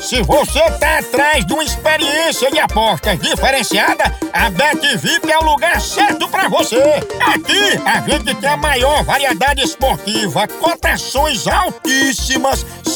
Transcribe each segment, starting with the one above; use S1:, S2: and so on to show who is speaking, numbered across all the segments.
S1: Se você tá atrás de uma experiência de apostas diferenciada, a BetVip é o lugar certo pra você. Aqui, a gente tem a maior variedade esportiva, cotações altíssimas,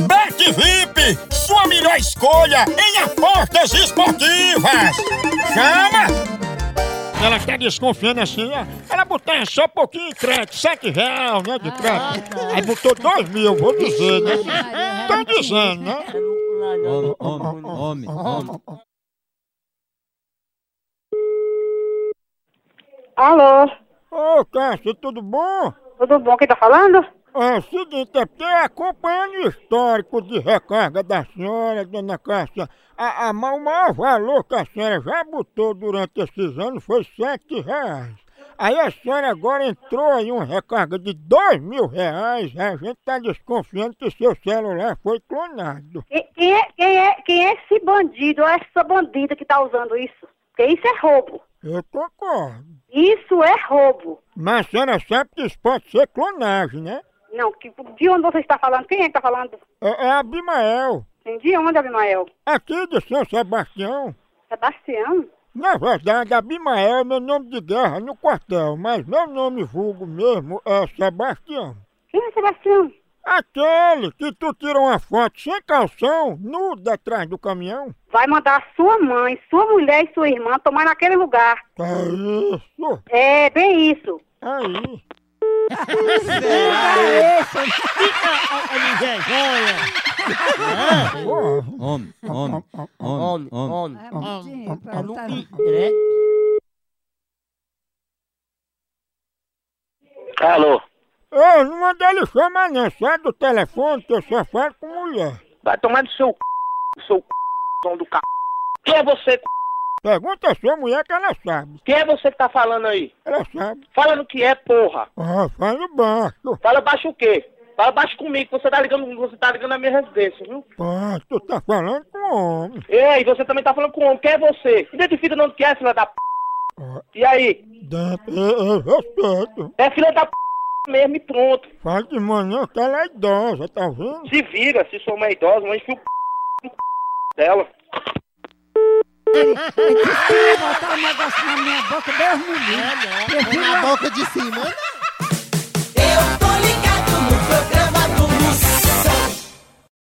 S1: Bet VIP, sua melhor escolha em apostas esportivas. Chama! Ela tá desconfiando assim, ó. Ela botou só um pouquinho de crédito, 7 reais, né, de crédito. Aí botou 2 mil, vou dizer, né? Tô dizendo, né?
S2: Homem, homem, homem, homem.
S3: Alô,
S1: Ô, Cássio, tudo bom?
S3: tudo bom? Quem tá falando?
S1: É o seguinte, é porque acompanhando o histórico de recarga da senhora, dona Cássia, a, a, ma- o maior valor que a senhora já botou durante esses anos foi 7 reais. Aí a senhora agora entrou em uma recarga de 2 mil reais, a gente tá desconfiando que seu celular foi clonado.
S3: Quem, quem é, quem, é, quem é esse bandido ou essa bandida que tá usando isso? Porque isso é roubo.
S1: Eu concordo.
S3: Isso é roubo.
S1: Mas a senhora sabe que isso pode ser clonagem, né?
S3: Não, que, de onde você está falando? Quem é que tá falando?
S1: É, é Abimael,
S3: Sim, De onde, Abimael?
S1: aqui de São Sebastião.
S3: Sebastião?
S1: Na verdade, Abimael é meu nome de guerra no quartel, mas meu nome vulgo mesmo é Sebastião.
S3: Quem é Sebastião?
S1: Aquele que tu tira uma foto sem calção, nudo atrás do caminhão.
S3: Vai mandar sua mãe, sua mulher e sua irmã tomar naquele lugar.
S1: Que É isso? é
S3: É, bem isso.
S1: Aí. Porra.
S2: Homem, homem, homem, homem.
S4: Alô,
S1: Eu não mandei ele chamar não, sai do telefone que eu só falo com mulher.
S4: vai tomar no seu c... seu c... dono do c... Quem é você, c...
S1: Pergunta a sua mulher que ela sabe.
S4: Quem é você que tá falando aí?
S1: Ela sabe.
S4: Fala no que é, porra.
S1: Ah, fala baixo.
S4: Fala baixo o quê? Fala baixo comigo, que você tá ligando, você tá ligando na minha residência, viu?
S1: Pô, tu tá falando com homem.
S4: Ei, você também tá falando com o homem, quem é você? Identifica o nome que é, filha da p...
S1: Ó,
S4: E aí?
S1: dentro, eu, eu respeito.
S4: É filha da p... mesmo e pronto.
S1: Fala de manhã que ela é idosa, tá vendo?
S4: Se vira, se sou uma idosa, mas enfia o c... no c... dela.
S5: botar um negócio na minha boca, Deus me livre.
S6: Na boca de cima, não.